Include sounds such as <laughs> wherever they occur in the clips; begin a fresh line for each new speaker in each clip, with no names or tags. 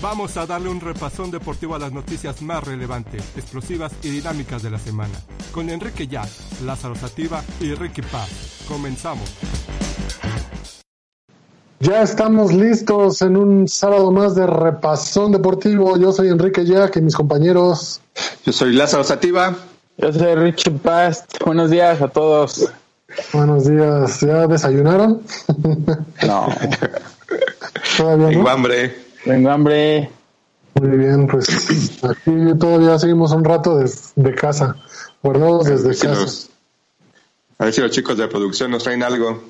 Vamos a darle un repasón deportivo a las noticias más relevantes, explosivas y dinámicas de la semana. Con Enrique Yat, Lázaro Sativa y Ricky Paz. Comenzamos.
Ya estamos listos en un sábado más de repasón deportivo. Yo soy Enrique Jack y mis compañeros.
Yo soy Lázaro Sativa.
Yo soy Richie Past. Buenos días a todos.
Buenos días. ¿Ya desayunaron?
No.
<laughs> Todavía
Tengo
no.
hambre.
Tengo hambre.
Muy bien, pues aquí todavía seguimos un rato des- de casa, guardados
A ver
desde
si
casa.
los- a ver si los chicos de producción nos traen algo.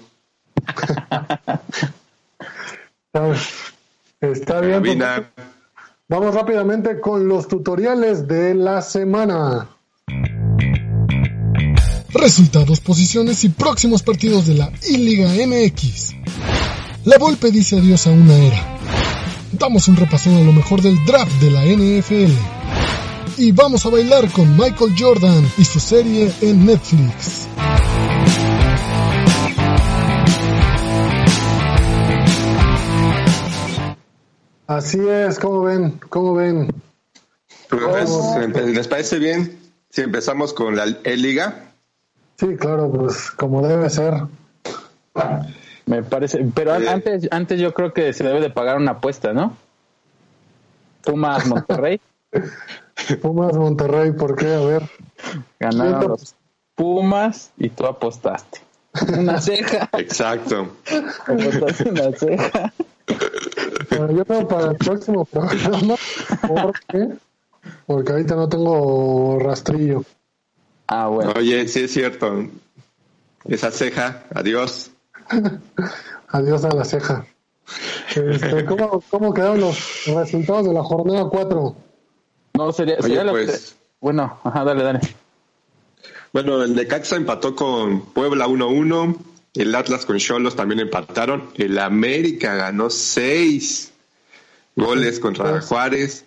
Está bien. pues,
Vina,
Vamos rápidamente con los tutoriales de la semana.
Resultados, posiciones y próximos partidos de la I-Liga MX. La Volpe dice adiós a una era. Damos un repasón a lo mejor del draft de la NFL. Y vamos a bailar con Michael Jordan y su serie en Netflix.
Así es, ¿cómo ven? ¿Cómo ven?
profes, ¿les parece bien si empezamos con la E-Liga?
Sí, claro, pues como debe ser.
Me parece. Pero an-
Eh.
antes, antes yo creo que se debe de pagar una apuesta, ¿no? Pumas Monterrey.
Pumas Monterrey, ¿por qué? A ver.
Ganaron
Listo.
los Pumas y tú apostaste. Una ceja.
Exacto.
<laughs> Apostaste una ceja.
Bueno, yo creo para el próximo programa. ¿Por qué? Porque ahorita no tengo rastrillo.
Ah, bueno.
Oye, sí es cierto. Esa ceja, adiós.
Adiós a la ceja. Este, ¿cómo, ¿Cómo quedaron los resultados de la jornada 4?
No, sería,
Oye,
sería lo que-
pues.
Bueno, ajá, dale, dale.
Bueno, el Necaxa empató con Puebla 1-1. El Atlas con Cholos también empataron. El América ganó 6 goles contra Juárez.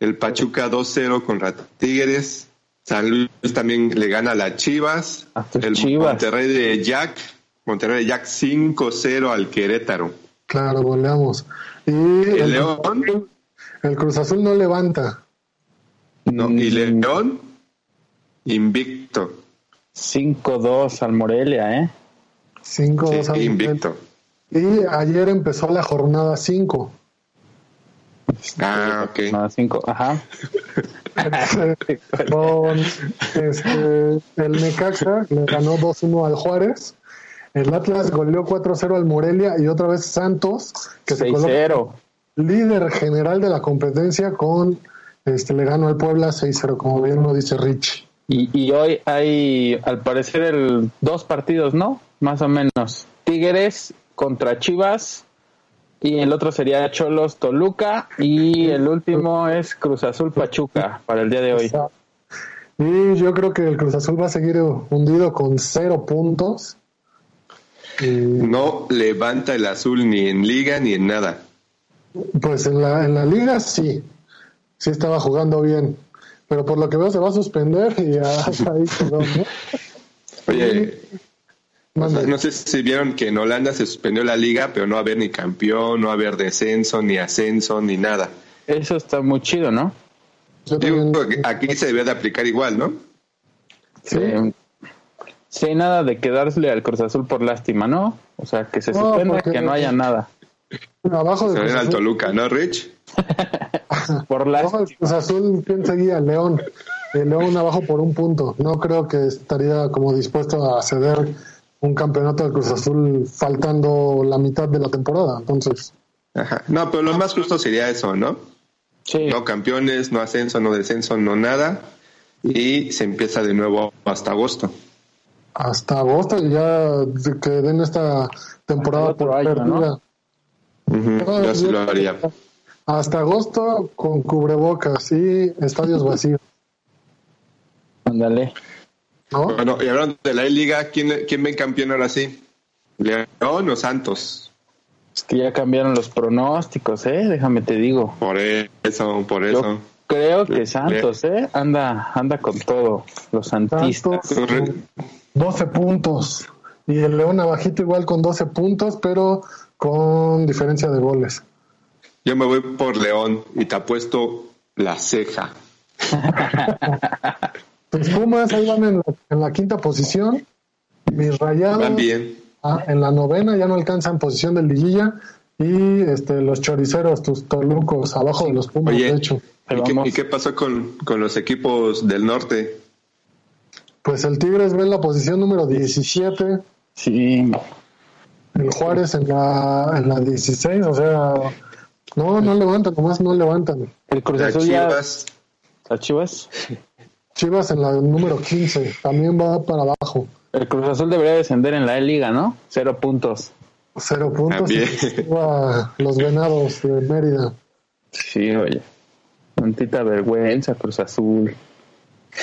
El Pachuca 2-0 contra Tigres. San Luis también le gana a las Chivas.
A tus
El
Chivas.
Monterrey de Jack. Monterrey de Jack 5-0 al Querétaro.
Claro, goleamos. Y
El
Cruz
León.
Azul- el Cruz Azul no levanta.
No,
Mm.
y León invicto.
5-2 Mm, al Morelia, ¿eh?
5
Sí, invicto.
Y ayer empezó la jornada 5.
Ah, ok.
No, 5, ajá.
<laughs> con este, el Necaxa, le ganó 2-1 al Juárez. El Atlas goleó 4-0 al Morelia y otra vez Santos, que se coloca
6-0.
líder general de la competencia con este le ganó al Puebla 6-0, como bien lo dice Rich.
Y, y hoy hay, al parecer, el dos partidos, ¿no? Más o menos. Tigres contra Chivas. Y el otro sería Cholos Toluca. Y el último es Cruz Azul Pachuca para el día de hoy.
Y yo creo que el Cruz Azul va a seguir hundido con 0 puntos. Y
No levanta el azul ni en liga ni en nada.
pues en la, en la liga sí, sí estaba jugando bien. Pero por lo que veo se va a suspender y ya
<laughs>
ahí quedó, ¿no?
Oye, o sea,
Mande.
no sé si vieron que en Holanda se suspendió la liga, pero no va a haber ni campeón, no va a haber descenso, ni ascenso, ni nada.
Eso está muy chido, ¿no?
Yo
Digo,
también-
que aquí se debe de aplicar igual, ¿no?
Sí.
Eh, sí, nada de quedarle al Cruz Azul por lástima, ¿no? O sea, que se
No,
suspenda,
porque-
que no haya nada.
abajo del
Se ven
Cruz
al
Azul,
Toluca, ¿no, Rich?
Por
abajo
lástima.
del Cruz Azul, ¿quién seguía? León. El León abajo por un punto. No creo que estaría como dispuesto a ceder un campeonato al Cruz Azul faltando la mitad de la temporada. Entonces,
Ajá. No, pero lo más justo sería eso, ¿no?
Sí,
No campeones, no ascenso, no descenso, no nada. Y se empieza de nuevo hasta agosto.
hasta agosto y ya de- que den esta temporada
Hasta el otro
por
año,
perdida.
¿no?
Ujú, Yo sí lo haría.
Hasta agosto con cubrebocas y estadios vacíos.
Ándale.
¿No?
Bueno, y hablando de la liga, ¿quién, ¿quién ven campeón ahora sí? ¿León o Santos?
Es que ya cambiaron los pronósticos, ¿eh? Déjame te digo.
Por eso, por
Yo
eso.
creo que Santos, ¿eh? Anda, anda con todo. Los santistas.
Santos con 12 puntos. Y el León abajito igual con 12 puntos, pero con diferencia de goles.
Yo me voy por León y te apuesto la ceja.
Tus Pues Pumas ahí van en la, en la quinta posición. Mis rayados
Van bien.
ah, en la novena ya no alcanzan posición de liguilla. Y este, los choriceros, tus tolucos, abajo de los Pumas,
Oye,
de hecho.
¿y
Pero
qué,
vamos.
y qué pasó con, con los equipos del norte?
Pues el Tigres ve en la posición número 17,
Sí.
el Juárez en la, en la 16, o sea, no, no levantan, nomás no levantan.
El
Pues
Cruz
Las
Azul ya.
Chivas.
¿Las Chivas?
Chivas en la número 15, también va para abajo,
El Cruz Azul debería descender en la E-Liga, ¿no? Cero puntos.
cero puntos.
También.
Y a los venados de Mérida.
Sí, oye. Tantita vergüenza, Cruz Azul.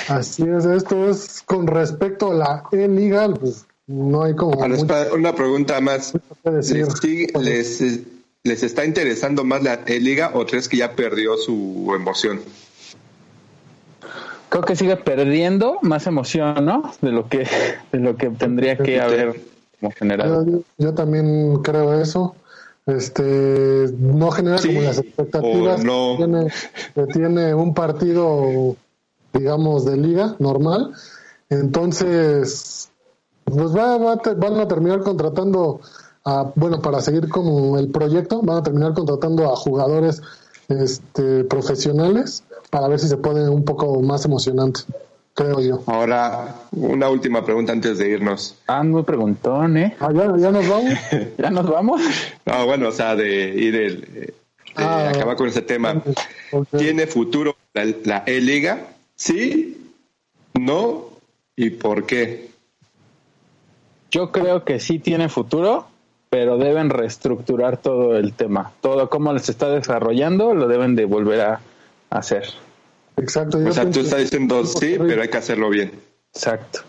Así es, esto es con respecto a la E-Liga, pues no hay como
A ver,
mucho
espera, Ah, una pregunta más.
que decir.
¿Les, sigue- les, eh, les está interesando más la liga o crees que ya perdió su emoción?
Creo que sigue perdiendo más emoción, ¿no? De lo que, de lo que tendría que haber como
Yo,
generado.
yo- yo también creo eso. Este no genera
Sí,
como las expectativas
o no.
que, tiene, que tiene un partido, digamos, de liga normal. Entonces, pues va, va a te- van a terminar contratando a, bueno, para seguir como el proyecto, van a terminar contratando a jugadores este, profesionales para ver si se pone un poco más emocionante, creo yo.
Ahora, una última pregunta antes de irnos.
Ah, muy preguntón, ¿eh?
Ah, ya, ya nos
<laughs>
vamos.
¿Ya nos vamos?
Ah, bueno, o sea, de ir el, de
Ah.
acabar con ese tema.
Ok.
¿Tiene futuro la, la E-Liga? ¿Sí? ¿No? ¿Y por qué?
Yo creo que sí tiene futuro, pero deben reestructurar todo el tema. Todo cómo se está desarrollando lo deben de volver a hacer.
Exacto. yo
O sea, tú
pienso-
estás diciendo sí, pero hay que hacerlo bien.
Exacto.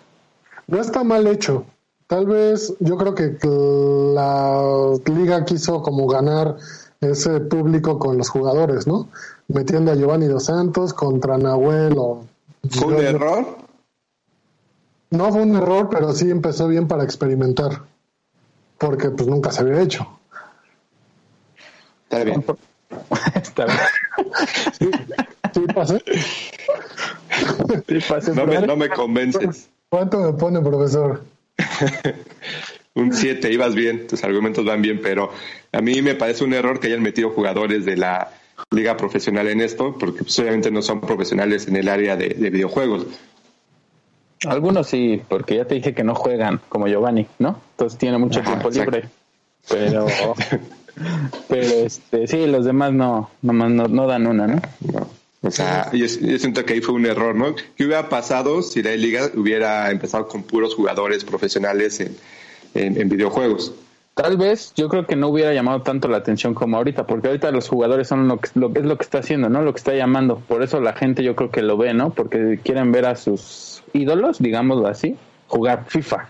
No está mal hecho. Tal vez yo creo que la liga quiso como ganar ese público con los jugadores, ¿no? Metiendo a Giovanni Dos Santos contra Nahuel o...
¿Fue un error?
No fue un error, pero sí empezó bien para experimentar. Porque pues nunca se había hecho.
Está bien.
Está bien.
<laughs>
¿Sí pasé?
Sí, pase,
No me,
profe.
no me convences.
¿Cuánto me pone, profesor?
Un 7, ibas bien, tus argumentos van bien, pero a mí me parece un error que hayan metido jugadores de la liga profesional en esto, porque pues, obviamente no son profesionales en el área de, de videojuegos.
Algunos sí, porque ya te dije que no juegan, como Giovanni, ¿no? Entonces tiene mucho
Ajá,
tiempo
exacto.
libre.
<laughs>
Pero, pero este, sí, los demás no, nomás no, no dan una, ¿no?
¿no? O sea, yo, yo siento que ahí fue un error, ¿no? ¿Qué hubiera pasado si la liga hubiera empezado con puros jugadores profesionales en, en- en videojuegos?
Tal vez yo creo que no hubiera llamado tanto la atención como ahorita, porque ahorita los jugadores son lo que lo, es lo que está haciendo, ¿no? Lo que está llamando. Por eso la gente yo creo que lo ve, ¿no? Porque quieren ver a sus ídolos, digámoslo así, jugar FIFA,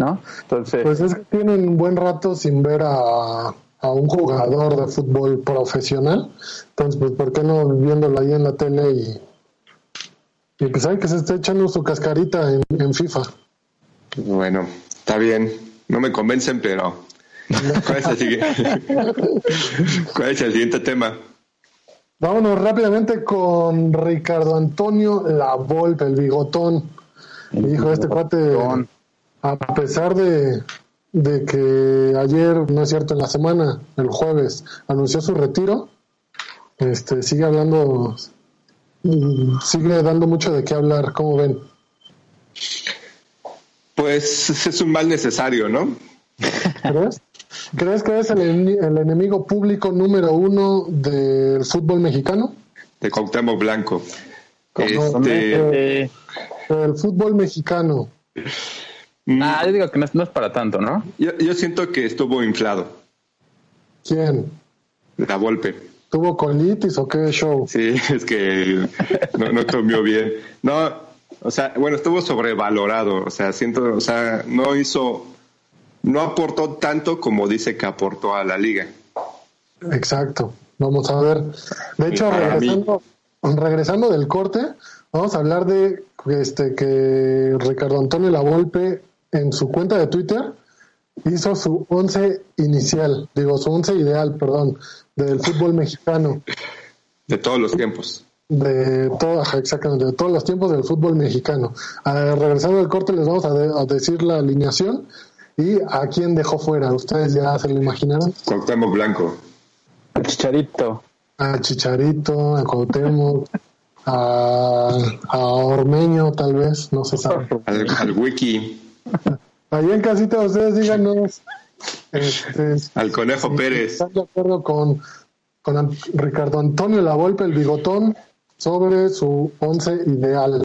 ¿no? Entonces,
Pues es que tienen un buen rato sin ver a, a un jugador de fútbol profesional. Entonces, pues, ¿por qué no viéndolo ahí en la tele y, y pues hay que se está echando su cascarita en, en FIFA?
Bueno, está bien. No me convencen, pero... ¿Cuál es el siguiente, <laughs> ¿Cuál es el siguiente tema?
Vámonos rápidamente con Ricardo Antonio La Volpe, el bigotón. Hijo, este cuate,
bigotón.
a pesar de, de que ayer, no es cierto, en la semana, el jueves, anunció su retiro, este sigue hablando, mm, sigue dando mucho de qué hablar, ¿cómo ven?
Pues es un mal necesario, ¿no?
¿Crees? ¿Crees que es el, eni- el enemigo público número uno del fútbol mexicano?
De Cuauhtémoc Blanco. Este,
eh,
El fútbol mexicano.
mm,
ah, yo digo que no es, no es para tanto, ¿no?
yo, yo siento que estuvo inflado
¿Quién?
la golpe.
¿Tuvo colitis o qué show?
Sí, <laughs> es que no, no comió bien. No, o sea, bueno, estuvo sobrevalorado. O sea, siento, o sea, no hizo, no aportó tanto como dice que aportó a la liga.
Exacto. Vamos a ver. De hecho,
para mí.
regresando, regresando del corte, vamos a hablar de este que Ricardo Antonio Lavolpe en su cuenta de Twitter hizo su once inicial, digo su once ideal, perdón, del fútbol mexicano,
De todos los tiempos.
de todas, exactamente, de todos los tiempos del fútbol mexicano. Ah, regresando del corte les vamos a, de- a decir la alineación y a quién dejó fuera. Ustedes ya se lo imaginaron.
Cuauhtémoc Blanco.
El chicharito.
a Chicharito, a Cuauhtémoc, a, a Ormeño tal vez, no se sabe.
Al, al Wiki.
Ahí en casita ustedes díganos este, si
Al Conejo Pérez.
están de acuerdo con, con An- Ricardo Antonio Lavolpe, el bigotón, sobre su once ideal.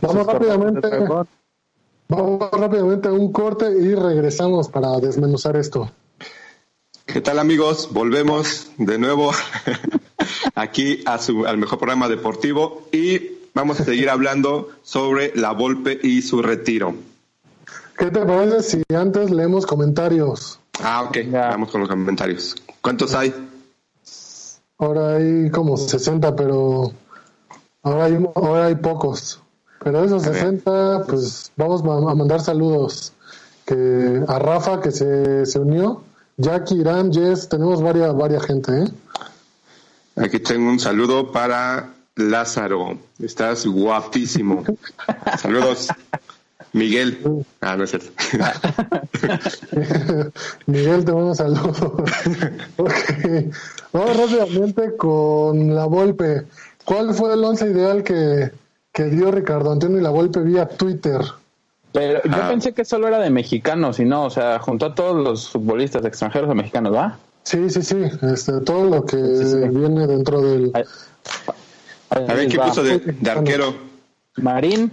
Vamos rápidamente, vamos rápidamente a un corte y regresamos para desmenuzar esto.
¿Qué tal amigos? Volvemos de nuevo <laughs> aquí a su, al mejor programa deportivo y vamos a seguir hablando sobre la Volpe y su retiro.
¿Qué te parece si antes leemos comentarios?
Ah, ok.
Ya.
Vamos con los comentarios. ¿Cuántos hay?
Ahora hay como 60, pero ahora hay, ahora hay pocos. Pero de esos
A ver.
60, pues vamos ma- a mandar saludos que a Rafa que se, se unió, Jackie, Irán, Jess, tenemos varias varias gente, ¿eh? <laughs>
Aquí tengo un saludo para Lázaro. Estás guapísimo. Saludos. Miguel. Ah, no es cierto. <laughs>
Miguel, te mando
<laughs>
saludos. Ok. Vamos rápidamente con la Volpe. ¿Cuál fue el once ideal que, que dio Ricardo Antonio y la Volpe vía Twitter?
Pero yo
Ah.
pensé que solo era de mexicanos y no, o sea, juntó a todos los futbolistas extranjeros o mexicanos, ¿va?
Sí, sí, sí, este, todo lo que
sí.
viene dentro del...
Ahí- ahí
A ver
les
qué
va.
puso de, de arquero.
Marín,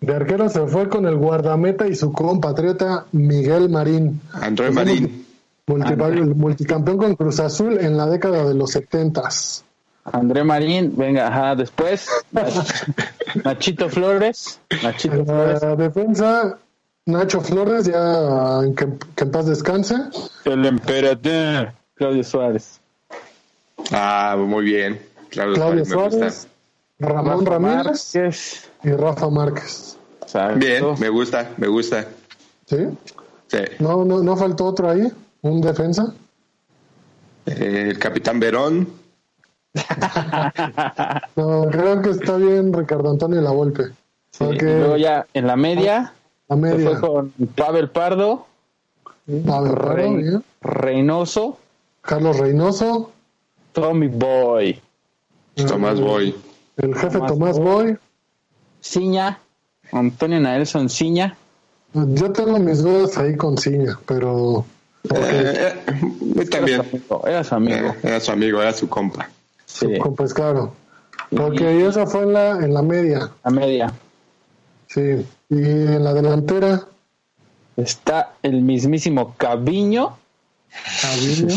De arquero se fue con el guardameta y su compatriota Miguel Marín,
André
Pues
Marín.
multivario- multicampeón con Cruz Azul en la década de los setentas.
André Marín, venga, ajá, <laughs> después Nach- Nachito Flores, Nachito
En
Flores,
la defensa, Nacho Flores, ya que, que en paz descanse.
el emperador, Claudio Suárez,
Ah, muy bien. Claudio,
Claudio
Suárez, me gusta.
Suárez, Ramón
Rafa
Ramírez
Márquez,
y Rafa Márquez.
exacto.
Bien, me gusta, me gusta.
¿Sí?
Sí.
No, no, no faltó otro ahí, un defensa.
Eh, El capitán Verón.
No, creo que está bien Ricardo Antonio La Volpe.
Sí, y luego ya en la media,
A
se
Ah, media.
fue con Pavel Pardo,
A ver, raro,
Rey-
bien.
Reynoso,
Carlos Reynoso,
Tommy Boy,
Ah,
Tomás Boy.
el jefe Tomás
Tomás
Boy.
Ciña, Antonio Nelson Ciña,
Yo tengo mis dudas ahí con Ciña, pero
Eh, eh, también.
Era su amigo, era su amigo.
Eh, Era su amigo, era su compa.
Sí,
con pues claro.
Y-
Porque esa fue en la, en la media,
la media.
sí. Y en la delantera,
Está el mismísimo Caviño
Aviño,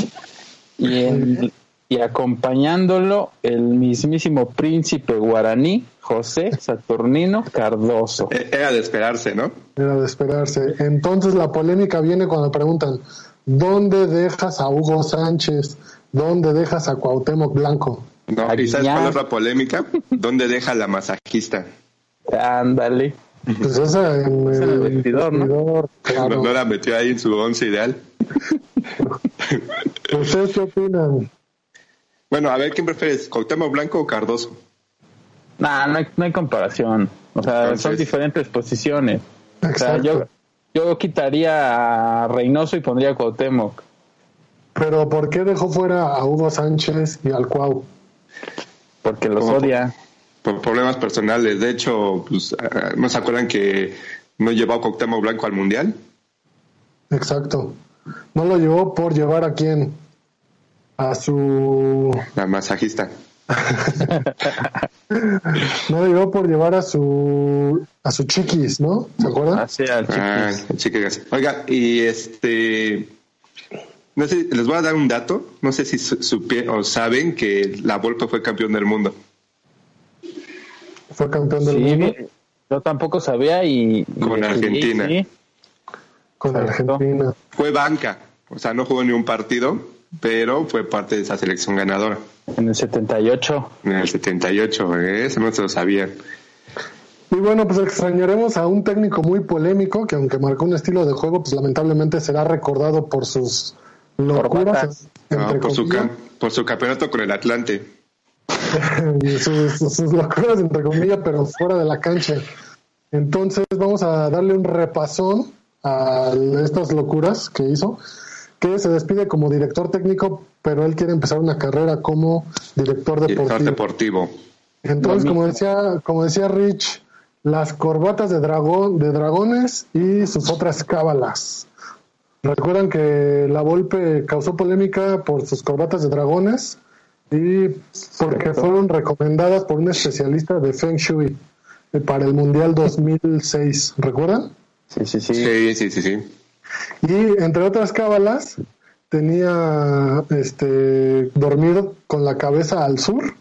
y, el- y acompañándolo el mismísimo príncipe guaraní, José Saturnino Cardoso.
Eh, Era de esperarse, ¿no?
era de esperarse. Entonces la polémica viene cuando preguntan, ¿dónde dejas a Hugo Sánchez? ¿Dónde dejas a Cuauhtémoc Blanco?
no ¿Y sabes
Aguilar.
cuál es la polémica? ¿Dónde deja la masajista?
Ándale.
Pues esa en
en el vestidor, ¿no?
vestidor,
No,
claro.
no la metió ahí en su once ideal.
¿Ustedes qué opinan?
Bueno, a ver, ¿quién prefieres? ¿Cuauhtémoc Blanco o Cardoso?
Nah, no, hay, no hay comparación. O sea, son
Entonces-
diferentes posiciones. O sea,
Exacto.
yo, yo quitaría a Reynoso y pondría a Cuauhtémoc.
Pero ¿por qué dejó fuera a Hugo Sánchez y al Cuau?
Porque los
¿Cómo?
odia.
Por problemas personales. De hecho, pues, ah, ¿no se acuerdan que no llevó a Cuauhtémoc Blanco al Mundial?
Exacto. No lo llevó por llevar a quién. A su.
La masajista.
No lo llevó por llevar a su. A su chiquis,
Ah,
¿no? ¿Se acuerdan?
Así al chiquis.
Ah, chicas. Oiga, y este... No sé, les voy a dar un dato. No sé si su- supie- o saben que la Volpe fue campeón del mundo.
Fue campeón del
Sí,
mundo
bien. yo tampoco sabía y...
Con
y-
Argentina.
sí,
con
correcto.
Argentina.
Fue banca, o sea, no jugó ni un partido, pero fue parte de esa selección ganadora
en el 78.
en el 78. ¿eh? Eso no se lo sabían.
Y bueno, pues extrañaremos a un técnico muy polémico que aunque marcó un estilo de juego, pues lamentablemente será recordado por sus locuras.
Corbatas.
No,
entre
por, su
comillas,
cam- por su campeonato con el Atlante.
<laughs> y sus, sus locuras, entre comillas, pero fuera de la cancha. Entonces vamos a darle un repasón a estas locuras que hizo, que se despide como director técnico, pero él quiere empezar una carrera como director
Director
deportivo.
deportivo.
Entonces,
Bonito.
como decía, como decía Rich, las corbatas de dragón, de dragones y sus otras cábalas. Recuerdan que la Volpe causó polémica por sus corbatas de dragones y porque fueron recomendadas por un especialista de Feng Shui eh, para el Mundial 2006, ¿recuerdan?
Sí, sí, sí.
Sí, sí, sí, sí.
Y entre otras cábalas tenía este dormido con la cabeza al sur.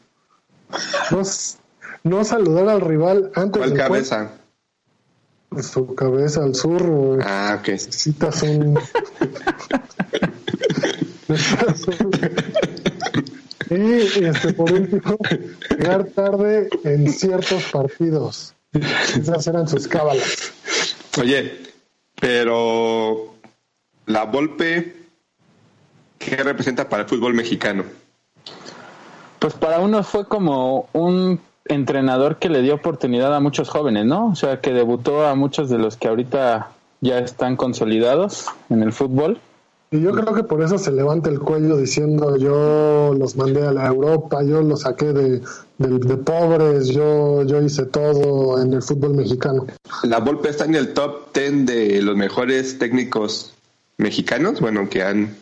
No, s- no saludar al rival antes
¿Cuál
del juego.
cabeza?
Su cabeza al sur. güey.
Ah, ok.
Necesitas
<laughs>
un. y este, por último, llegar tarde en ciertos partidos. Esas eran sus cábalas.
Oye, pero la Volpe, ¿qué representa para el fútbol mexicano?
Pues para unos fue como un entrenador que le dio oportunidad a muchos jóvenes, ¿no? O sea, que debutó a muchos de los que ahorita ya están consolidados en el fútbol.
Y yo creo que por eso se levanta el cuello diciendo yo los mandé a la Europa, yo los saqué de, de- de pobres, yo, yo hice todo en el fútbol mexicano.
La Volpe está en el top 10 de los mejores técnicos mexicanos, bueno, que han...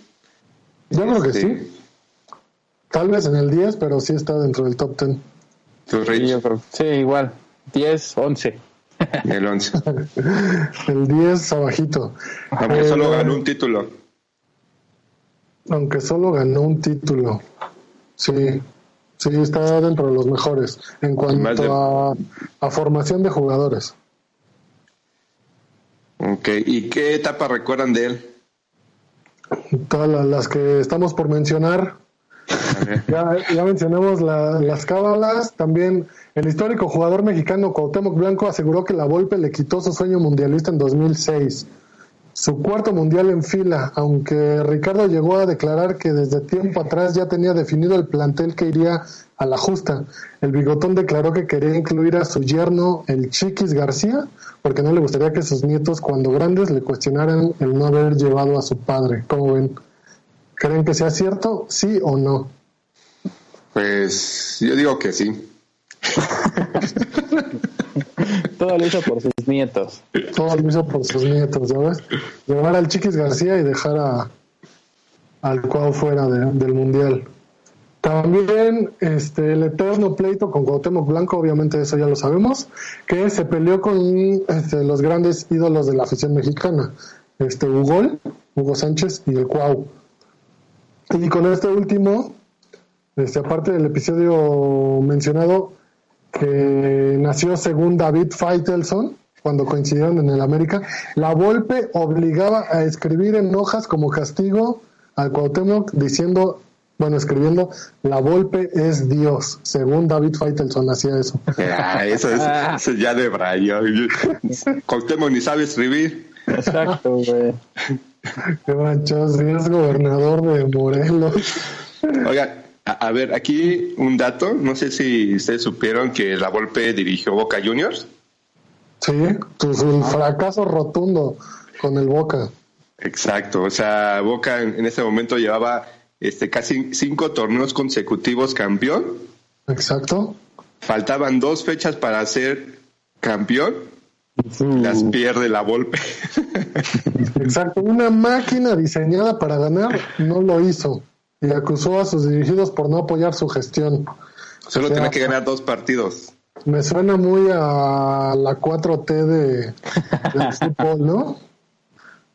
Yo creo que
este,
sí, tal vez en el 10, pero sí está dentro del top 10.
tú, Rich,
Sí, yo creo- sí, igual. 10, 11.
el 11.
El 10 abajito, Eh,
Aunque solo ganó un título.
aunque solo ganó un título. Sí, sí, está dentro de los mejores en
Más
cuanto
de-
a, a formación de jugadores.
Ok, ¿y qué etapa recuerdan de él?
Todas la- las que estamos por mencionar,
A ver.
Ya, ya mencionamos la- las cábalas. También el histórico jugador mexicano Cuauhtémoc Blanco aseguró que la Volpe le quitó su sueño mundialista en 2006. Su cuarto mundial en fila, aunque Ricardo llegó a declarar que desde tiempo atrás ya tenía definido el plantel que iría a la justa. El bigotón declaró que quería incluir a su yerno, el Chiquis García, porque no le gustaría que sus nietos, cuando grandes, le cuestionaran el no haber llevado a su padre. ¿Cómo ven? ¿Creen que sea cierto? ¿Sí o no?
Pues yo digo que sí.
Todo lo hizo por sus nietos.
todo lo hizo por sus nietos, ¿ya ves? Llevar al Chiquis García y dejar a, al Cuau fuera de- del Mundial. También este, el eterno pleito con Cuauhtémoc Blanco, obviamente eso ya lo sabemos, que se peleó con este, los grandes ídolos de la afición mexicana, este Hugo, Hugo Sánchez y el Cuau. Y con este último, este, aparte del episodio mencionado, que nació según David Feitelson, cuando coincidieron en el América, la Volpe obligaba a escribir en hojas como castigo al Cuauhtémoc diciendo, bueno, escribiendo, la Volpe es Dios, según David Feitelson hacía eso. <laughs>
Ah, eso <laughs> es, eso es ya de Brayo. <laughs> Cuauhtémoc ni sabe escribir.
Exacto, güey.
Qué manchas, sí, es gobernador de Morelos.
Oigan, a, a ver, aquí un dato. No sé si ustedes supieron que la Volpe dirigió Boca Juniors.
Sí, pues un fracaso rotundo con el Boca.
Exacto. O sea, Boca en, en ese momento llevaba este, casi cinco torneos consecutivos campeón.
Exacto.
Faltaban dos fechas para ser campeón. Las pierde la Volpe. <laughs>
Exacto, una máquina diseñada para ganar no lo hizo y acusó a sus dirigidos por no apoyar su gestión.
Solo
O sea,
tenía que ganar dos partidos.
Me suena muy a la 4T de,
<laughs>
del fútbol, ¿no?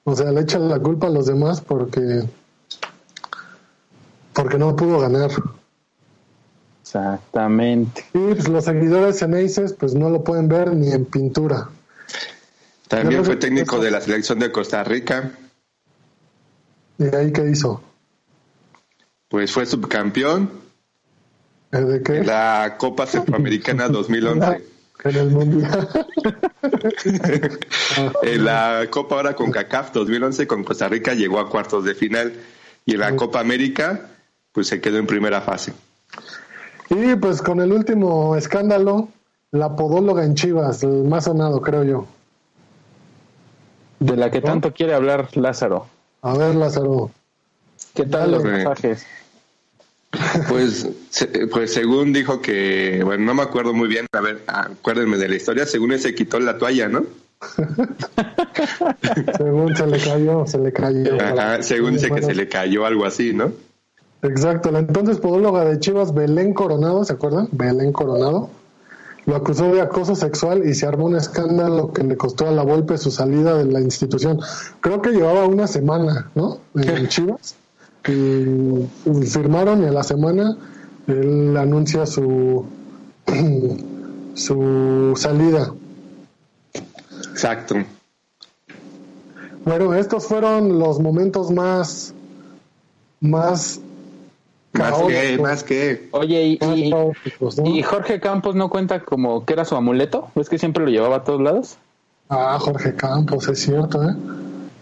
O sea, le echan la culpa a los demás porque porque no pudo ganar.
Exactamente.
Y pues, los seguidores en Aces pues no lo pueden ver ni en pintura.
También fue técnico de la selección de Costa Rica.
¿Y ahí qué hizo?
Pues fue subcampeón
¿De qué?
en la <laughs> Copa Centroamericana 2011.
En el mundial.
En Eh, la Copa ahora con CACAF 2011 con Costa Rica llegó a cuartos de final y en la Copa América pues se quedó en primera fase.
Y pues con el último escándalo, la podóloga en Chivas, el más sonado creo yo.
De la que tanto quiere hablar Lázaro.
A ver, Lázaro.
¿Qué tal los
Dale.
mensajes?
Pues, se- pues según dijo que, bueno, no me acuerdo muy bien, a ver, acuérdenme de la historia, según él se quitó la toalla, ¿no?
Según se le cayó, se le cayó.
Ajá, Ah, según dice que se le cayó algo así, ¿no?
Exacto, la entonces podóloga de Chivas, Belén Coronado, ¿se acuerdan? Belén Coronado. Lo acusó de acoso sexual y se armó un escándalo que le costó a la Volpe su salida de la institución. Creo que llevaba una semana, ¿no? En Chivas. Y mm, firmaron y a la semana él anuncia su, <clears throat> su salida.
Exacto.
Bueno, estos fueron los momentos más, más
Más
Caótico.
que, más que.
Oye, y, y-
caóticos, ¿no?
y Jorge Campos no cuenta como que era su amuleto? ¿Ves que siempre lo llevaba a todos lados?
Ah, Jorge Campos, es cierto, ¿eh?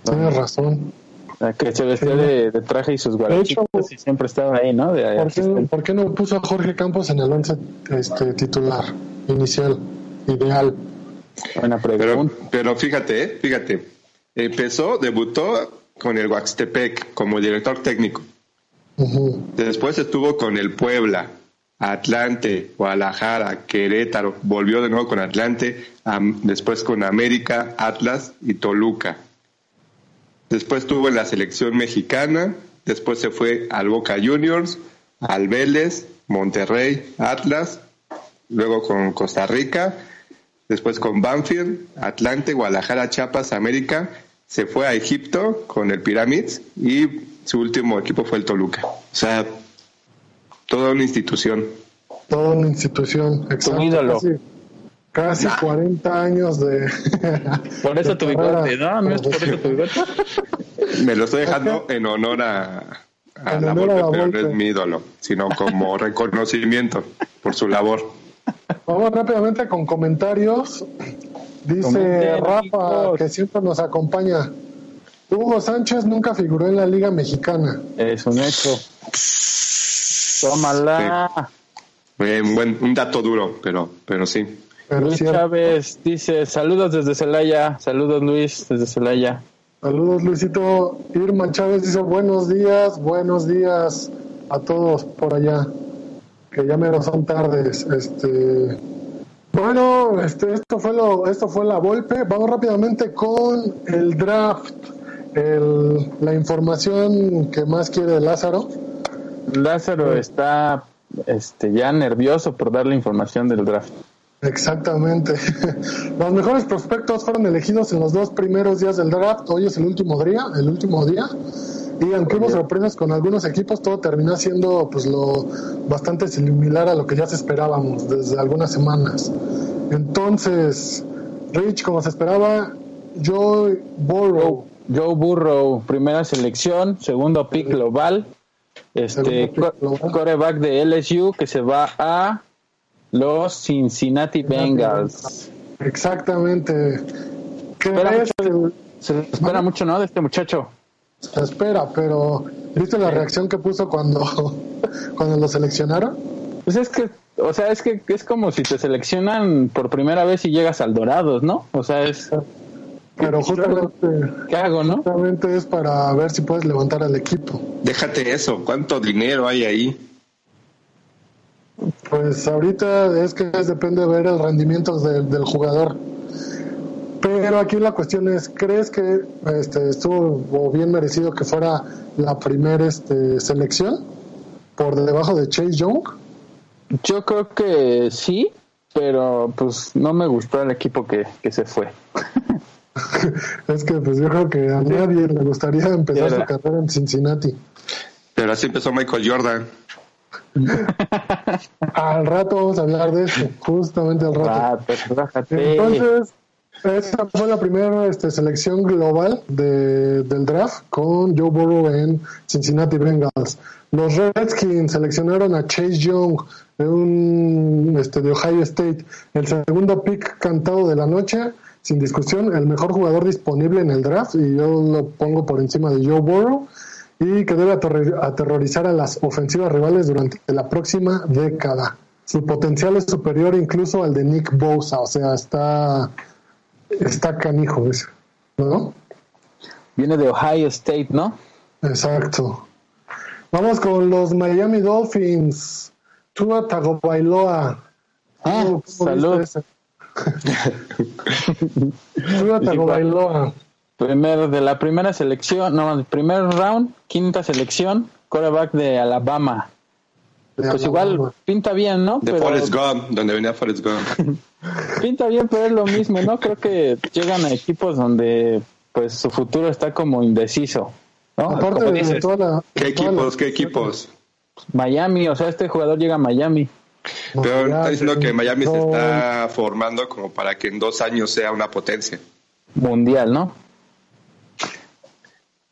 Tienes
Ah.
razón.
O sea, que se vestía de, de traje y sus guarachitos y siempre estaba ahí, ¿no? De
¿Por qué,
Eh, asistente.
por qué no puso a Jorge Campos en el once este, titular inicial, ideal?
Buena
Pero,
pregunta.
pero fíjate, eh, fíjate. Empezó, debutó con el Huaxtepec como director técnico.
Ujú.
Después estuvo con el Puebla, Atlante, Guadalajara, Querétaro. Volvió de nuevo con Atlante, am- después con América, Atlas y Toluca. Después estuvo en la selección mexicana. Después se fue al Boca Juniors, al Vélez, Monterrey, Atlas. Luego con Costa Rica. Después con Banfield, Atlante, Guadalajara, Chiapas, América. Se fue a Egipto con el Pyramids y su último equipo fue el Toluca. O sea, toda una institución.
Toda una institución, exacto.
ídolo. Ah.
Casi, casi 40 años de.
Por eso
de
tu
carrera
bigote, ¿no? No es por eso tu bigote.
Me lo estoy dejando en honor a, a
En
la
honor a la
Volpe, pero
Volpe.
no es mi ídolo, sino
<laughs>
como reconocimiento por su labor.
Vamos rápidamente con comentarios. Dice
Comenten,
Rafa,
chicos.
que siempre nos acompaña. Hugo Sánchez nunca figuró en la Liga Mexicana.
Es un hecho. Tómala.
Eh, un, buen- un dato duro, pero, pero sí.
Pero
Luis
es cierto.
Chávez dice, saludos desde Celaya, saludos Luis desde Celaya.
Saludos Luisito. Irma Chávez dice buenos días, buenos días a todos por allá. Que ya menos son tardes. Este bueno, este, esto fue lo, esto fue la golpe. Vamos rápidamente con el draft, el- la información que más quiere Lázaro.
Lázaro está este, ya nervioso por dar la información del draft.
Exactamente. <laughs> Los mejores prospectos fueron elegidos en los dos primeros días del draft. Hoy es el último día, el último día. Y aunque hubo sorpresas con algunos equipos, todo terminó siendo pues lo bastante similar a lo que ya se esperábamos desde algunas semanas. Entonces, Rich, como se esperaba, Joy Burrow.
Joe Burrow, primera selección, segundo pick global, este
Segundo pick
co-
global.
coreback de LSU que se va a los Cincinnati Bengals.
Exactamente. ¿Qué
Espera
es el-
Se le espera mucho, ¿no? De este muchacho.
se espera? Pero ¿viste la reacción que puso cuando, <laughs> cuando lo seleccionaron?
Pues es que, o sea, es que es como si te seleccionan por primera vez y llegas al Dorados, ¿no? O sea, es,
Pero justamente,
¿qué hago, no?
justamente es para ver si puedes levantar al equipo.
Déjate eso, ¿cuánto dinero hay ahí?
Pues ahorita es que es- depende de ver el rendimiento del, del jugador. Pero aquí la cuestión es, ¿crees que este, estuvo bien merecido que fuera la primera este, selección por debajo de Chase Young?
Yo creo que sí, pero pues no me gustó el equipo que, que se fue.
Es que pues yo creo que a nadie le gustaera empezar su
Tierra.
carrera en Cincinnati.
Pero así empezó Michael Jordan.
al rato vamos a hablar de eso, justamente al
Ah,
rato.
pues, relájate.
Entonces, esta fue la primera este, selección global de- del draft con Joe Burrow en Cincinnati Bengals. Los Redskins seleccionaron a Chase Young de, un, este, de Ohio State, el segundo pick cantado de la noche, sin discusión, el mejor jugador disponible en el draft y yo lo pongo por encima de Joe Burrow y que debe aterri- aterrorizar a las ofensivas rivales durante la próxima década. Su potencial es superior incluso al de Nick Bosa, o sea, está está canijo ese, ¿no?
Viene de Ohio State, ¿no?
Exacto. Vamos con los Miami Dolphins. Tua Tagovailoa.
Ah,
¿Cómo- cómo
salud. <laughs> Pues
viste ese? Tua Tagovailoa.
Primer, de la primera selección, no, el primer round, quinta selección, quarterback de Alabama.
de
Pues
Alabama.
igual pinta bien, ¿no?
De
Pero-
Forrest Gump, donde venía
<laughs>
Forrest Gump.
pinta bien, pero es lo mismo, ¿no? Creo que llegan a equipos donde pues su futuro está como indeciso, ¿no?
Aparte de
Como dices,
toda la...
¿Qué
de toda la-
equipos? ¿Qué equipos?
Miami, o sea, este jugador llega a Miami.
Pero está
Miami,
diciendo que Miami se
no,
está formando como para que en dos años sea una potencia
Mundial, ¿no?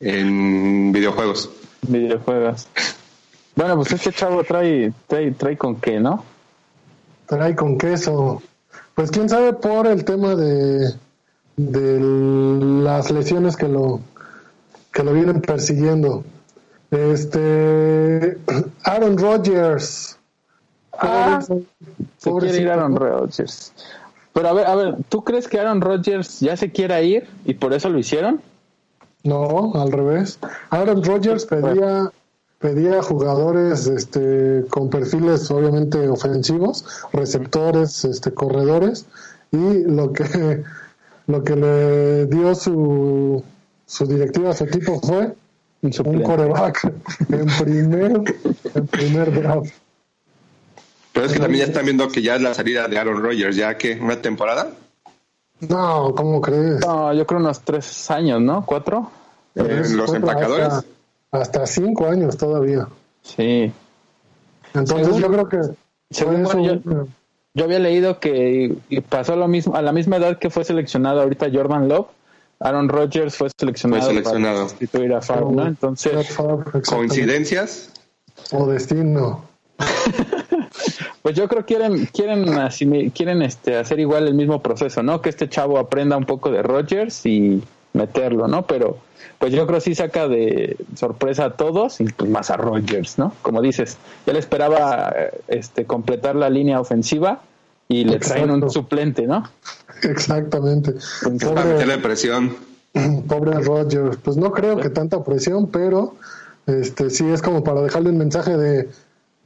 en videojuegos.
Videojuegos. Bueno, pues este chavo trae, trae, trae con qué, ¿no?
Trae con queso. Pues quién sabe por el tema de, de las lesiones que lo, que lo vienen persiguiendo. Este <clears throat> Aaron Rodgers.
Ah, Se quiere ir
Pobrecito.
Aaron Rodgers. Pero a ver, a ver, ¿tú crees que Aaron Rodgers ya se quiera ir y por eso lo hicieron?
No, al revés. Aaron Rodgers pedía, pedía jugadores este, con perfiles obviamente ofensivos, receptores, este, corredores, y lo que, <laughs> lo que le dio su, su directiva a su equipo fue
Un
un
suplente. <laughs>
coreback en primer, en primer draft.
Pero es que también ya están viendo que ya es la salida de Aaron Rodgers, ya que una temporada.
No, ¿cómo crees?
No, yo creo unos tres años, ¿no? ¿Cuatro?
Eh, los
Hasta-
empacadores.
Hasta cinco años todavía.
Sí.
Entonces
Según-
yo creo que
según
fue
yo-
su-
Yo había leído que y pasó lo mismo, a la misma edad que fue seleccionado ahorita Jordan Love, Aaron Rodgers fue seleccionado,
Fue seleccionado.
para sustituir a Favre, ¿no?
Brett
Entonces,
Favre, exactamente.
Coincidencias,
o destino.
pues yo creo que quieren quieren asimi- quieren este hacer igual el mismo proceso, ¿no? Que este chavo aprenda un poco de Rodgers y meterlo, ¿no? Pero pues yo creo que sí saca de sorpresa a todos y pues más a Rodgers, ¿no? Como dices, él esperaba eh, este completar la línea ofensiva y le traen un
Exacto.
suplente, ¿no?
Exactamente.
para meterle
Pobre,
en presión.
pobre Rogers. Pues no creo que tanta presión, pero este sí es como para dejarle un mensaje de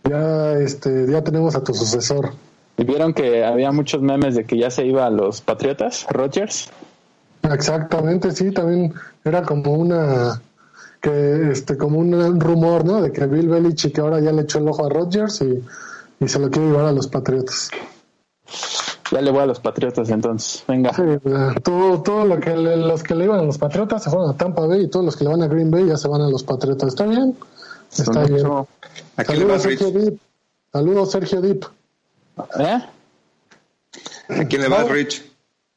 ya este ya tenemos a tu sucesor.
¿Y vieron que había muchos memes de que ya se iba a los Patriotas, Rodgers?
Exactamente, sí, también era como una que este como un rumor, ¿no? De que Bill Belichick ahora ya le echó el ojo a Rogers y, y se lo quiere llevar a los Patriotas.
Ya le voy a los Patriotas entonces. Venga.
Sí, o sea, todo, todo lo que le- los que le iban a los Patriotas se fueron a Tampa Bay y todos los que le van a Green Bay ya se van a los Patriotas. ¿Está bien? Está bien.
Son
¿A quién le
Saludos
vas,
Sergio
Rich?
Dip. Saludos Sergio Dip.
ocho. ¿Eh?
¿A quién le vas, Rich?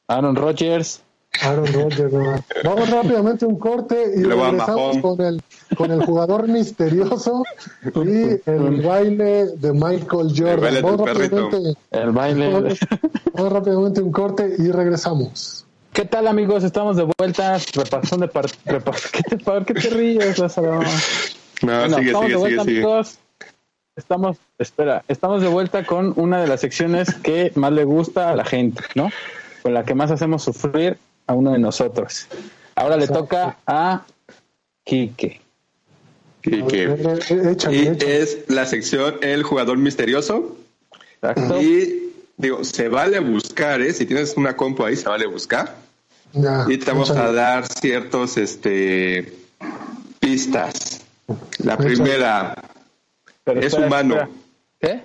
Aaron Rodgers.
Aaron Rodgers. ¿no? Vamos rápidamente un corte y
Luego a
regresamos
Mahomes.
con el con el jugador misterioso y el baile de Michael
El baile
Jordan.
del
Vamos
perrito.
rápidamente,
El baile.
vamos- vamos rápidamente un corte y regresamos.
¿Qué tal amigos? Estamos de vuelta. Repasón de par... repas- ¿Qué te, ¿Por qué te ríes, Lázaro?
No,
Bueno,
Ah, sigue,
estamos
sigue,
de
sigue,
vuelta,
sigue.
amigos. Estamos, espera, estamos de vuelta con una de las secciones que más le gusta a la gente, ¿no? Con la que más hacemos sufrir a uno de nosotros. Ahora le toca a Quique.
Y, que-
Eh, eh, échale,
y
échale.
es la sección El jugador misterioso.
Exacto.
Y digo, se vale buscar, ¿eh? Si tienes una compu ahí, se vale buscar.
Ya,
Y te vamos a
échale.
dar ciertos este pistas. La
Échale.
primera
Pero
es
espera,
humano.
espera. ¿Qué?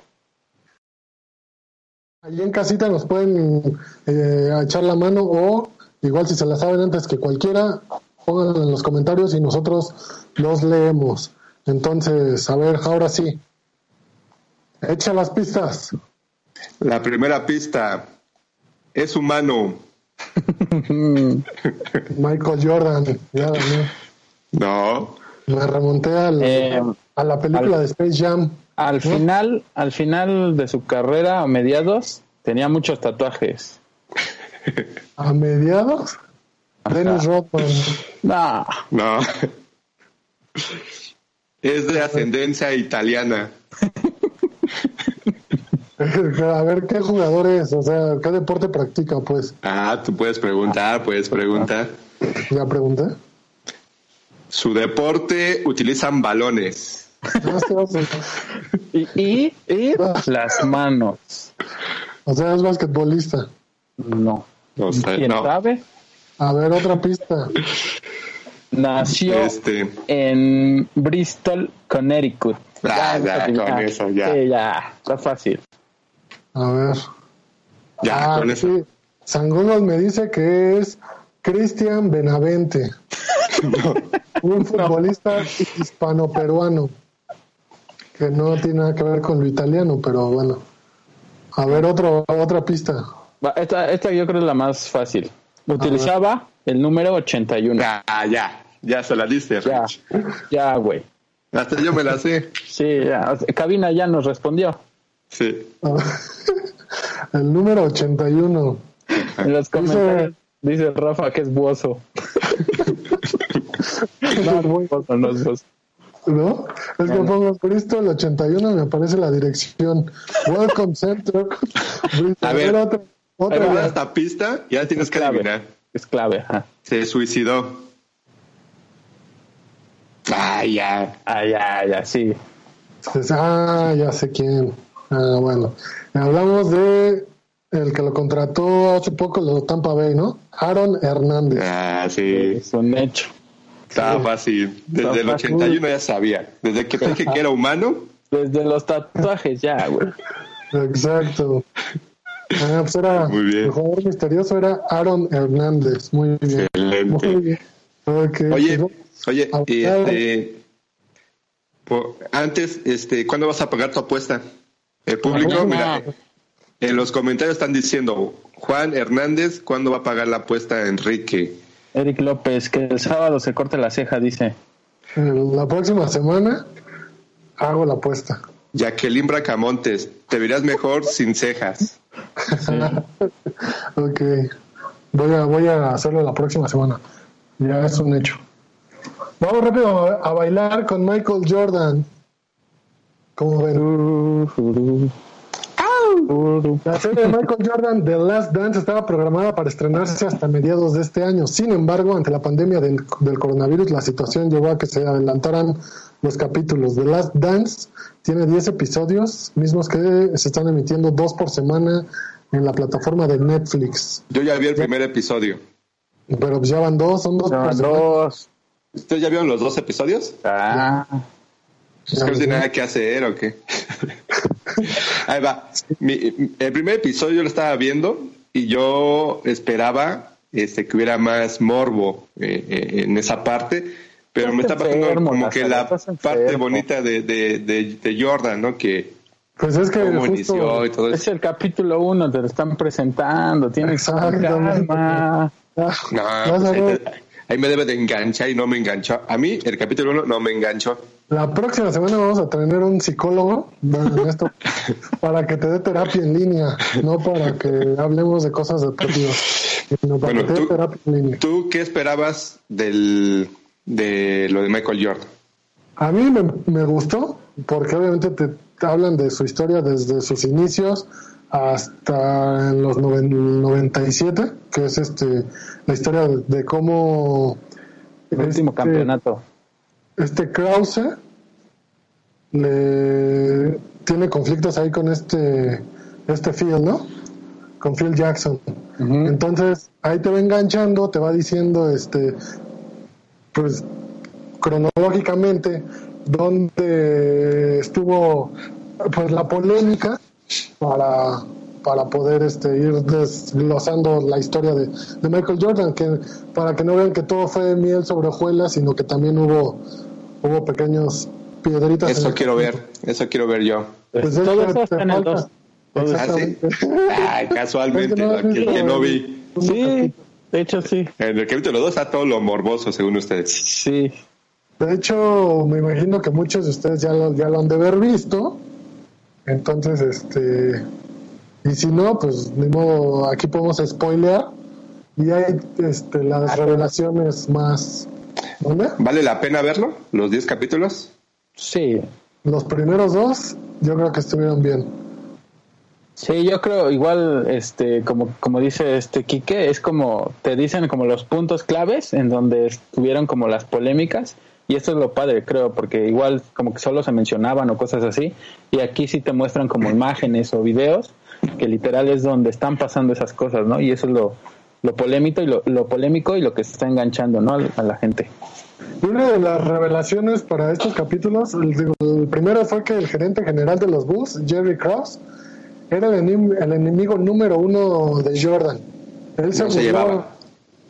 Allí en casita nos pueden eh, echar la mano o igual si se la saben antes que cualquiera, pónganla en los comentarios y nosotros los leemos. Entonces, a ver, ahora sí. Echa las pistas.
La primera pista es humano.
Michael Jordan. Ya, ya.
No,
Me remonté al-
Eh,
a la película
al-
de Space Jam.
Al final, al final de su carrera, a mediados, tenía muchos tatuajes.
A mediados. Dennis Rodman. <laughs>
No,
no. <laughs> Es
Ah,
de ascendencia italiana.
a ver qué jugador es, o sea, qué deporte practica, pues.
Ah, tú puedes preguntar, puedes preguntar.
Ya pregunté.
<laughs>
Su deporte utilizan balones.
No, este va a ser-
y, y, y <laughs> las manos.
O sea, es basquetbolista.
No.
No sé,
¿Quién
no.
sabe?
A ver, otra pista.
Nació
Este,
en Bristol, Connecticut.
Ah, ya,
está
con
fácil,
eso, ya.
Sí, ya, está fácil.
A ver.
ya,
Ah,
con eso.
sí. Sangunos me dice que es Cristian
<laughs>
Benavente. Un futbolista hispano-peruano. Que no tiene nada que ver con lo italiano, pero bueno. A ver, otro, otra pista.
Va, Esta, esta yo creo es la más fácil. Utilizaba el número 81.
Ya, ya, ya se la diste,
Ya,
Rich.
ya, güey.
Hasta yo me la sé.
Sí, ya. Cabina ya nos respondió.
Sí.
<laughs> El número 81.
<laughs> Ah.
En los comentarios dice Rafa que es buoso.
No, voy-
Buoso, no es buoso.
¿no? Es que pongo Bristol 81 me aparece la dirección. Welcome Center. Bristol.
A ver.
otra,
Ahí
otra.
va esta pista, ya tienes que adivinar.
Clave. Es clave. ajá.
Se suicidó. Ah, ya.
Ah, ya, ya, sí.
Dices, ah, ya sé quién. Ah, bueno. Hablamos de el que lo contrató hace poco, los Tampa Bay, ¿no? Aaron Hernández.
Ah, sí.
Es un hecho.
Estaba fácil. Desde el
Estaba fácil.
81 ya sabía. Desde que te dije que era humano,
Desde los tatuajes
<laughs>
ya, güey.
Exacto. Ah, pues era,
<laughs> Muy bien.
El jugador misterioso era Aaron Hernández. Muy bien. Muy
excelente.
bien. Ok,
Oye,
pues,
oye,
Ah,
y
claro.
este. po- antes, este, ¿cuándo vas a pagar tu apuesta? El
Ajá.
público, mira, en los comentarios están diciendo, Juan Hernández, ¿cuándo va a pagar la apuesta a Enrique?
Eric López, que el sábado se corte la ceja, dice.
eh, la próxima semana hago la apuesta.
Jacqueline Bracamontes, te verás mejor sin cejas.
Ok. Voy a, voy a hacerlo la próxima semana. Ya es un hecho. Vamos rápido a, a bailar con Michael Jordan. Como ven, la serie de Michael Jordan, The Last Dance, estaba programada para estrenarse hasta mediados de este año. Sin embargo, ante la pandemia del, del coronavirus, la situación llevó a que se adelantaran los capítulos. The Last Dance tiene 10 episodios, mismos que se están emitiendo dos por semana en la plataforma de Netflix.
Yo ya vi el primer episodio.
Pero pues ya van dos, son dos por semana.
dos.
¿Ustedes ya vieron los dos episodios?
Ah,
Es que no tiene nada que hacer o
<laughs>
qué. Ahí va. Mi- el primer episodio yo lo estaba viendo y yo esperaba este, que hubiera más morbo eh, eh, en esa parte, pero me está pasando
enfermo,
como que la
Lázaro, estás
parte
enfermo.
bonita de, de, de, de Jordan, ¿no? Que
Pues es que
cómo
justo-
inició y todo
es
eso.
el capítulo uno, te lo están presentando, tienes que tener
Exactamente.
calma.
Ah,
No,
vas
pues
a
ahí,
ver,
te- ahí me debe de enganchar y no me enganchó. A mí el capítulo 1 no me enganchó.
la próxima semana vamos a tener un psicólogo bueno, en
<laughs>
esto, para que te dé terapia en línea, no para que hablemos de cosas de partidos, sino para
Bueno,
que te dé
tú-
terapia en línea.
¿Tú qué esperabas del, de lo de Michael Jordan?
A mí me, me gustó, porque obviamente te, te hablan de su historia desde sus inicios hasta en los noven- 97, que es este la historia de, de cómo
El último
este,
campeonato.
este Krause le tiene conflictos ahí con este este Phil, ¿no? Con Phil Jackson. Entonces, ahí te va enganchando, te va diciendo este pues cronológicamente dónde estuvo pues la polémica para para poder este ir desglosando la historia de, de Michael Jordan que para que no vean que todo fue miel sobre hojuelas sino que también hubo hubo pequeños piedritas.
Eso quiero ver, eso quiero ver yo.
Pues
es
todo
que
eso
te
está en el
falta.
2.
¿Ah, sí? Ay, casualmente,
Pues no,
que, que no vi.
Sí, de hecho sí.
En el capítulo 2 está todo lo morboso, según ustedes.
Sí.
De hecho, me imagino que muchos de ustedes ya lo, ya lo han de haber visto. Entonces, este. Y si no, pues ni modo, aquí podemos spoilear. Y hay este, las revelaciones más. ¿Dónde?
¿Vale la pena verlo? ¿Los 10 capítulos?
Sí.
Los primeros dos, yo creo que estuvieron bien.
Sí, yo creo igual, este, como, como dice este Quique, es como, te dicen como los puntos claves en donde estuvieron como las polémicas, y esto es lo padre, creo, porque igual como que solo se mencionaban o cosas así, y aquí sí te muestran como imágenes o videos, que literal es donde están pasando esas cosas, ¿no? Y eso es lo, lo polémico y lo, lo polémico y lo que está enganchando, ¿no? A, a la gente.
Y una de las revelaciones para estos capítulos, el, digo, el primero fue que el gerente general de los Bulls, Jerry Cross, era el, enim- el enemigo número uno de Jordan. Él se,
No se
burlaba-
llevaban.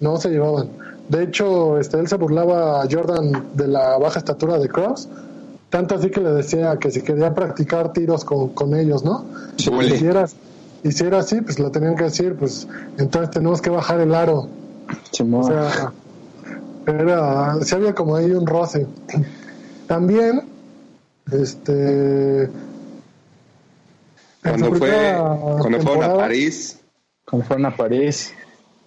No se llevaban. De hecho, este, él se burlaba a Jordan de la baja estatura de Cross, tanto así que le decía que si quería practicar tiros con, con ellos, ¿no?
Sí.
Y si era- y si era así, pues lo tenían que decir, pues entonces tenemos que bajar el aro.
Simón.
O sea, era, se había como ahí un roce. También, este. en
Cuando
su
fue,
primera
cuando fueron a
temporada-
París,
Como fueron a París.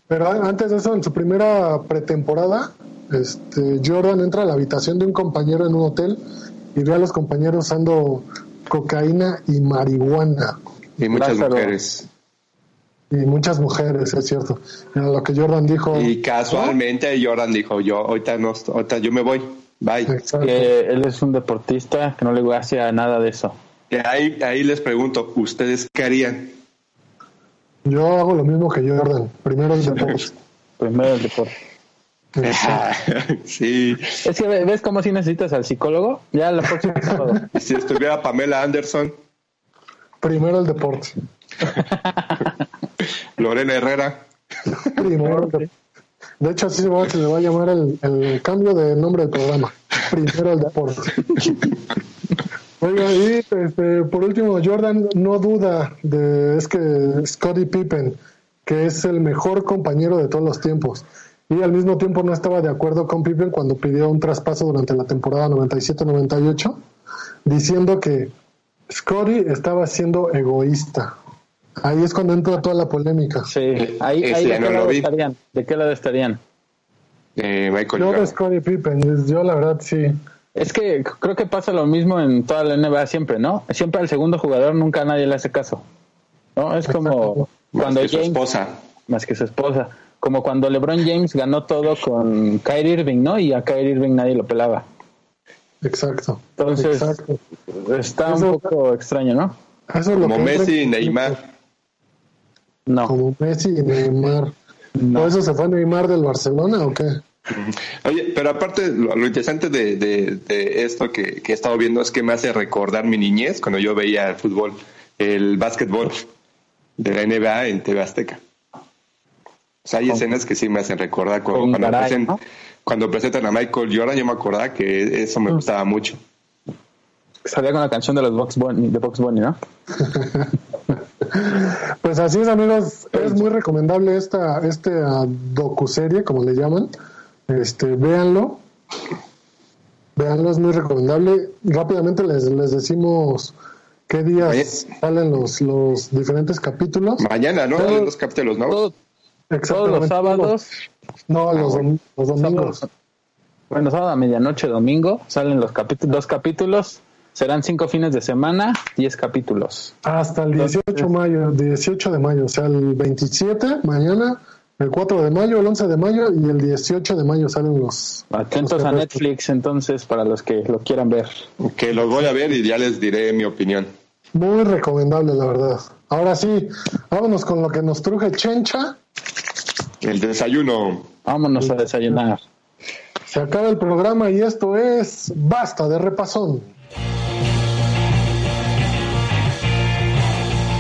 Pero a- antes de eso, en su primera pretemporada, este, Jordan entra a la habitación de un compañero en un hotel y ve a los compañeros usando cocaína y marihuana.
y muchas
Lázaro.
mujeres.
Y muchas mujeres, es cierto. Era lo que Jordan dijo.
Y casualmente Jordan dijo, yo ahorita no, est- ahorita yo me voy, bye.
Exacto.
Que él es un deportista que no le hace a nada de eso.
Y ahí, ahí les pregunto, ¿ustedes qué harían?
Yo hago lo mismo que Jordan. Primero el
<laughs>
deporte.
Primero el deporte.
Ah, sí,
Es que ve- ves como si necesitas al psicólogo. Ya
<laughs>
la próxima sábado.
y si estuviera Pamela Anderson,
Primero el deporte.
Lorena Herrera,
<laughs> Primero el dep- De hecho, así se va- se le va a llamar el, el cambio de nombre del programa. Primero el deporte. Oiga, y este, por último, Jordan no duda de es que Scottie Pippen, que es el mejor compañero de todos los tiempos, y al mismo tiempo no estaba de acuerdo con Pippen cuando pidió un traspaso durante la temporada 97-98, diciendo que Scottie estaba siendo egoísta. Ahí es cuando entra toda la polémica.
Sí. Ahí,
Ese
ahí
ya
de,
no
qué
lo
lado
vi.
estarían? ¿De qué lado estarían?
eh, Michael
Yo de
Jordan.
Scottie Pippen, yo la verdad sí.
Es que creo que pasa lo mismo en toda la NBA siempre, ¿no? Siempre al segundo jugador nunca nadie le hace caso. ¿No? Es como
Exacto.
Más
cuando
que su
James-
esposa.
más que su esposa. Como cuando LeBron James ganó todo con Kyrie Irving, ¿no? Y a Kyrie Irving nadie lo pelaba.
Exacto.
Entonces,
Exacto.
Está un
Eso-
poco extraño, ¿no?
Eso es lo
Como
que entra-
Messi y Neymar.
No.
Como Messi y Neymar. ¿Por
no.
eso se fue Neymar del Barcelona o qué?
Oye, pero aparte, lo, lo interesante de, de- de esto que, que he estado viendo es que me hace recordar mi niñez cuando yo veía el fútbol, el básquetbol de la NBA en TV Azteca. O sea, hay escenas que sí me hacen recordar cu-
Con
cuando,
Garay,
presen-
¿no?
cuando presentan a Michael Jordan, yo me acordaba que eso me gustaba mucho.
Salía con la canción de los Box Bunny, de Box Bunny, ¿no?
Pues así es, amigos. Es muy recomendable esta, esta docuserie, como le llaman. Este, véanlo. Véanlo, es muy recomendable. Rápidamente les, les decimos qué días
Oye.
salen los, los diferentes capítulos.
Mañana, ¿no?
Todo-
Hay dos capítulos, ¿no?
Todo- todos los sábados, Ah,
No, los, dom- los domingos.
sábado- bueno, sábado a medianoche, domingo, salen los capítulos, dos capítulos, serán cinco fines de semana, diez capítulos.
Hasta el 18 de mayo, 18 de mayo, o sea, el 27 mañana, el 4 de mayo, el 11 de mayo y el 18 de mayo salen los.
Atentos
los
a
capítulos.
Netflix, entonces, para los que lo quieran ver.
Que los voy a ver y ya les diré mi opinión.
Muy recomendable, la verdad. Ahora sí, vámonos con lo que nos truje Chencha.
El desayuno.
Vámonos a desayunar.
Se acaba el programa y esto es Basta de Repasón.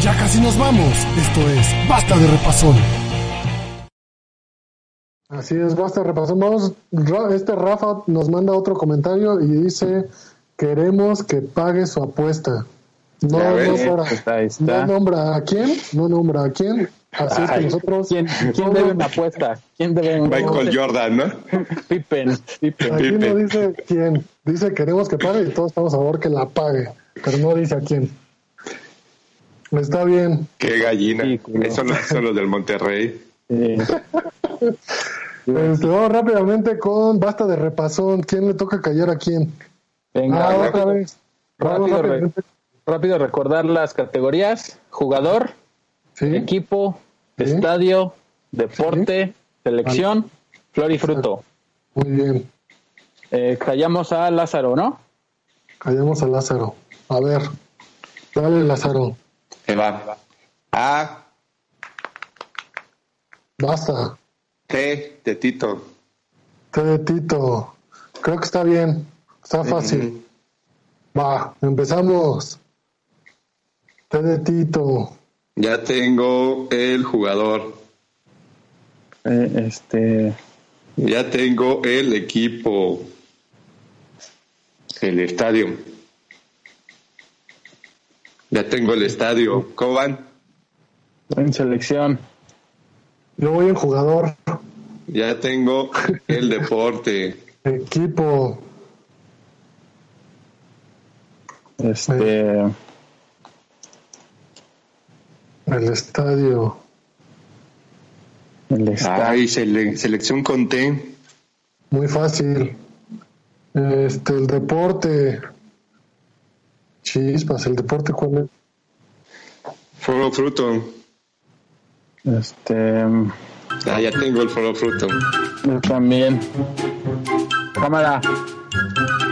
Ya casi nos vamos. Esto es Basta de Repasón.
Así es, basta de repasón. Vamos, Ra- este Rafa nos manda otro comentario y dice Queremos que pague su apuesta. No,
Ya ves,
nombra,
está, ahí está.
no nombra a quién, no nombra a quién. Así es que
Ay,
nosotros.
¿Quién, quién
somos-
debe una apuesta? ¿Quién debe un
Michael Jordan, ¿no?
Pippen, Pippen.
Aquí no
Pipe.
dice quién. Dice queremos que pague y todos estamos a favor que la pague. Pero no dice a quién. Está bien.
Qué gallina.
Ridículo.
Eso no son los del Monterrey.
Sí.
Este, vamos rápidamente con basta de repasón. ¿Quién le toca callar a quién?
Venga,
Ah, otra
rápido.
vez. Vamos
Rápido,
rápidamente.
re- rápido recordar las categorías: jugador,
Sí.
equipo,
Sí.
estadio, deporte, selección, flor y fruto.
Muy bien.
Eh, callamos a Lázaro, ¿no?
Callamos a Lázaro. A ver. Dale, Lázaro.
Se va. A,
Basta.
T, de Tito.
Te de Tito. Creo que está bien. Está fácil. Va, empezamos. Te de Tito.
Ya tengo el jugador.
Eh, este.
Ya tengo el equipo. El estadio. Ya tengo el estadio. ¿Cómo van?
En selección.
Yo voy en jugador.
Ya tengo <laughs> el deporte.
Equipo.
Este.
El estadio.
El estadio.
Ay, sele- selección con T.
Muy fácil. Este, el deporte. Chispas, el deporte, ¿cuál es?
Foro fruto.
Este.
Ah, ya tengo el foro fruto.
Yo también. Cámara.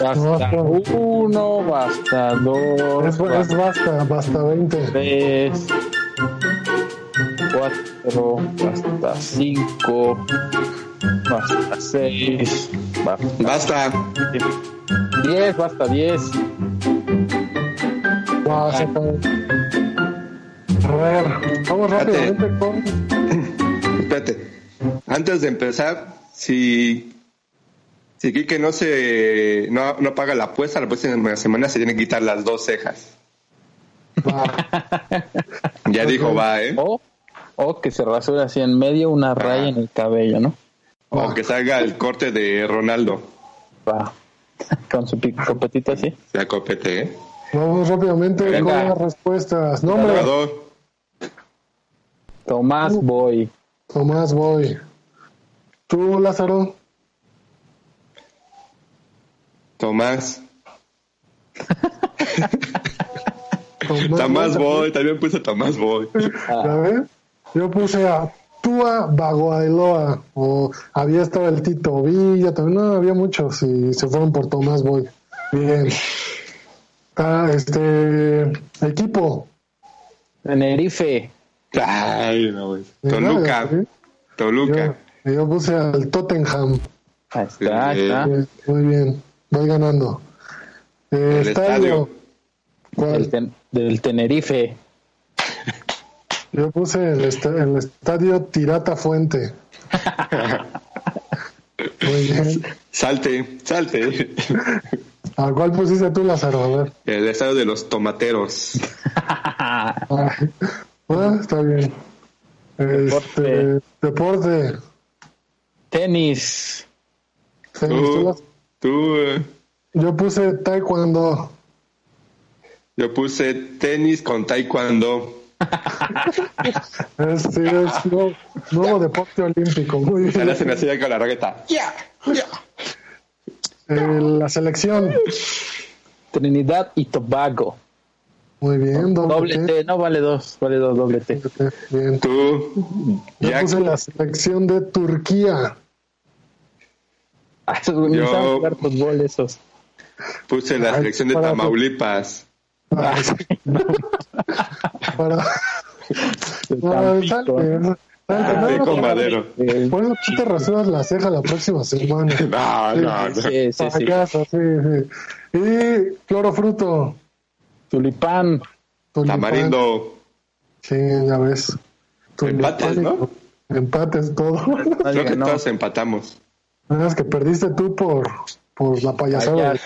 Basta
Basta.
uno, basta dos,
Es, es
basta
basta, basta 20.
tres, cuatro, basta cinco, basta seis, basta
Basta.
diez, basta diez.
Va, se acabó. A ver, vamos
Espérate.
rápidamente con.
Espérate. Antes de empezar, si. Si Quique no se. No, no paga la apuesta, la próxima semana se tienen que quitar las dos cejas.
Va, Oh,
Ya dijo, va, ¿eh?
O, o que se rasura así en medio una raya en el cabello, ¿no?
O que salga el corte de Ronaldo.
Va. <laughs> Con su pic- copetito así.
Ya copete, ¿eh?
vamos rápidamente
Venga.
con las respuestas. Nombre:
Jugador,
Tomás Boy.
Tomás Boy. Tú, Lázaro.
Tomás.
Tomás,
Tomás Boy, también puse Tomás Boy. Ah.
¿Ya ves? Yo puse a Tua Baguailoa o había estado el Tito Villa, también no había muchos y se fueron por Tomás Boy. Bien. Ah, este equipo.
Tenerife.
Ay, no, güey. Toluca.
¿Sí? Yo,
Toluca.
¿eh? yo puse al Tottenham.
Ahí está, ahí está.
Bien, Muy bien. Voy ganando. Eh,
El estadio.
¿Cuál?
Del, ten- del Tenerife.
Yo puse el, est- el estadio Tirata
<laughs>
Fuente. Muy bien.
Salte,
<laughs>
salte.
¿A cuál pusiste tú, Lázaro? A ver.
El estadio de los tomateros.
Ah, ah, está bien. Este,
Deporte.
deporte.
Tenis.
Sí, tú
Tú,
las-
tú, eh.
Yo puse taekwondo.
Yo puse tenis con taekwondo.
Este es nuevo, nuevo deporte olímpico. Muy bien.
Ahora se me hacía con la raqueta.
Eh, la selección.
Trinidad y Tobago.
Muy bien.
Doble T. no vale dos, vale dos, doble T.
T. Bien.
Tú,
Yo
ya,
puse la selección de Turquía.
Ah, esos güey, ni
Yo-
saben jugar fútbol esos.
puse la
Ay,
selección de
para-
Tamaulipas.
Ah, sí. Para. Ay,
El Tampico.
salte, salte, Ah, no,
Tampico
no,
Ah, con
no.
madero.
Eh,
Por eso tú te rasuras la ceja la próxima semana.
Ah, No, no, no.
sí, sí, sí.
Fracaso, sí, sí. Y clorofruto.
Tulipán.
tulipán.
Tamarindo.
Sí, ya ves.
Empates, ¿no?
Empates todo.
<laughs>
Nadie
Creo que
ganó.
todos empatamos.
Nada más que perdiste tú por, por la payasada de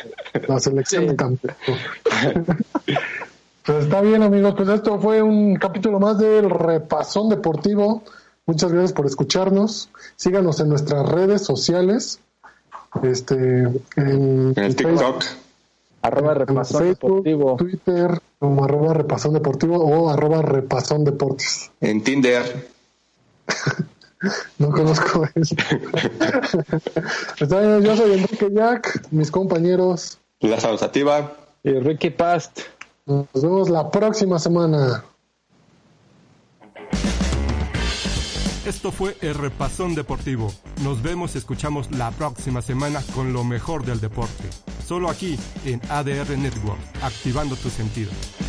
la selección de campeón.
<laughs>
pues está bien, amigos. Pues esto fue un capítulo más del Repasón Deportivo. Muchas gracias por escucharnos. Síganos en nuestras redes sociales. Este, en,
En el TikTok.
Arroba repasón deportivo.
Twitter, como arroba repasón deportivo o arroba repasón deportes.
En Tinder.
No conozco eso. Está bien, yo soy Enrique Jack, mis compañeros.
Lázaro Sativa.
Y Ricky Past.
Nos vemos la próxima semana.
Esto fue el Repasón Deportivo. Nos vemos y escuchamos la próxima semana con lo mejor del deporte. Solo aquí en ADR Network, activando tus sentidos.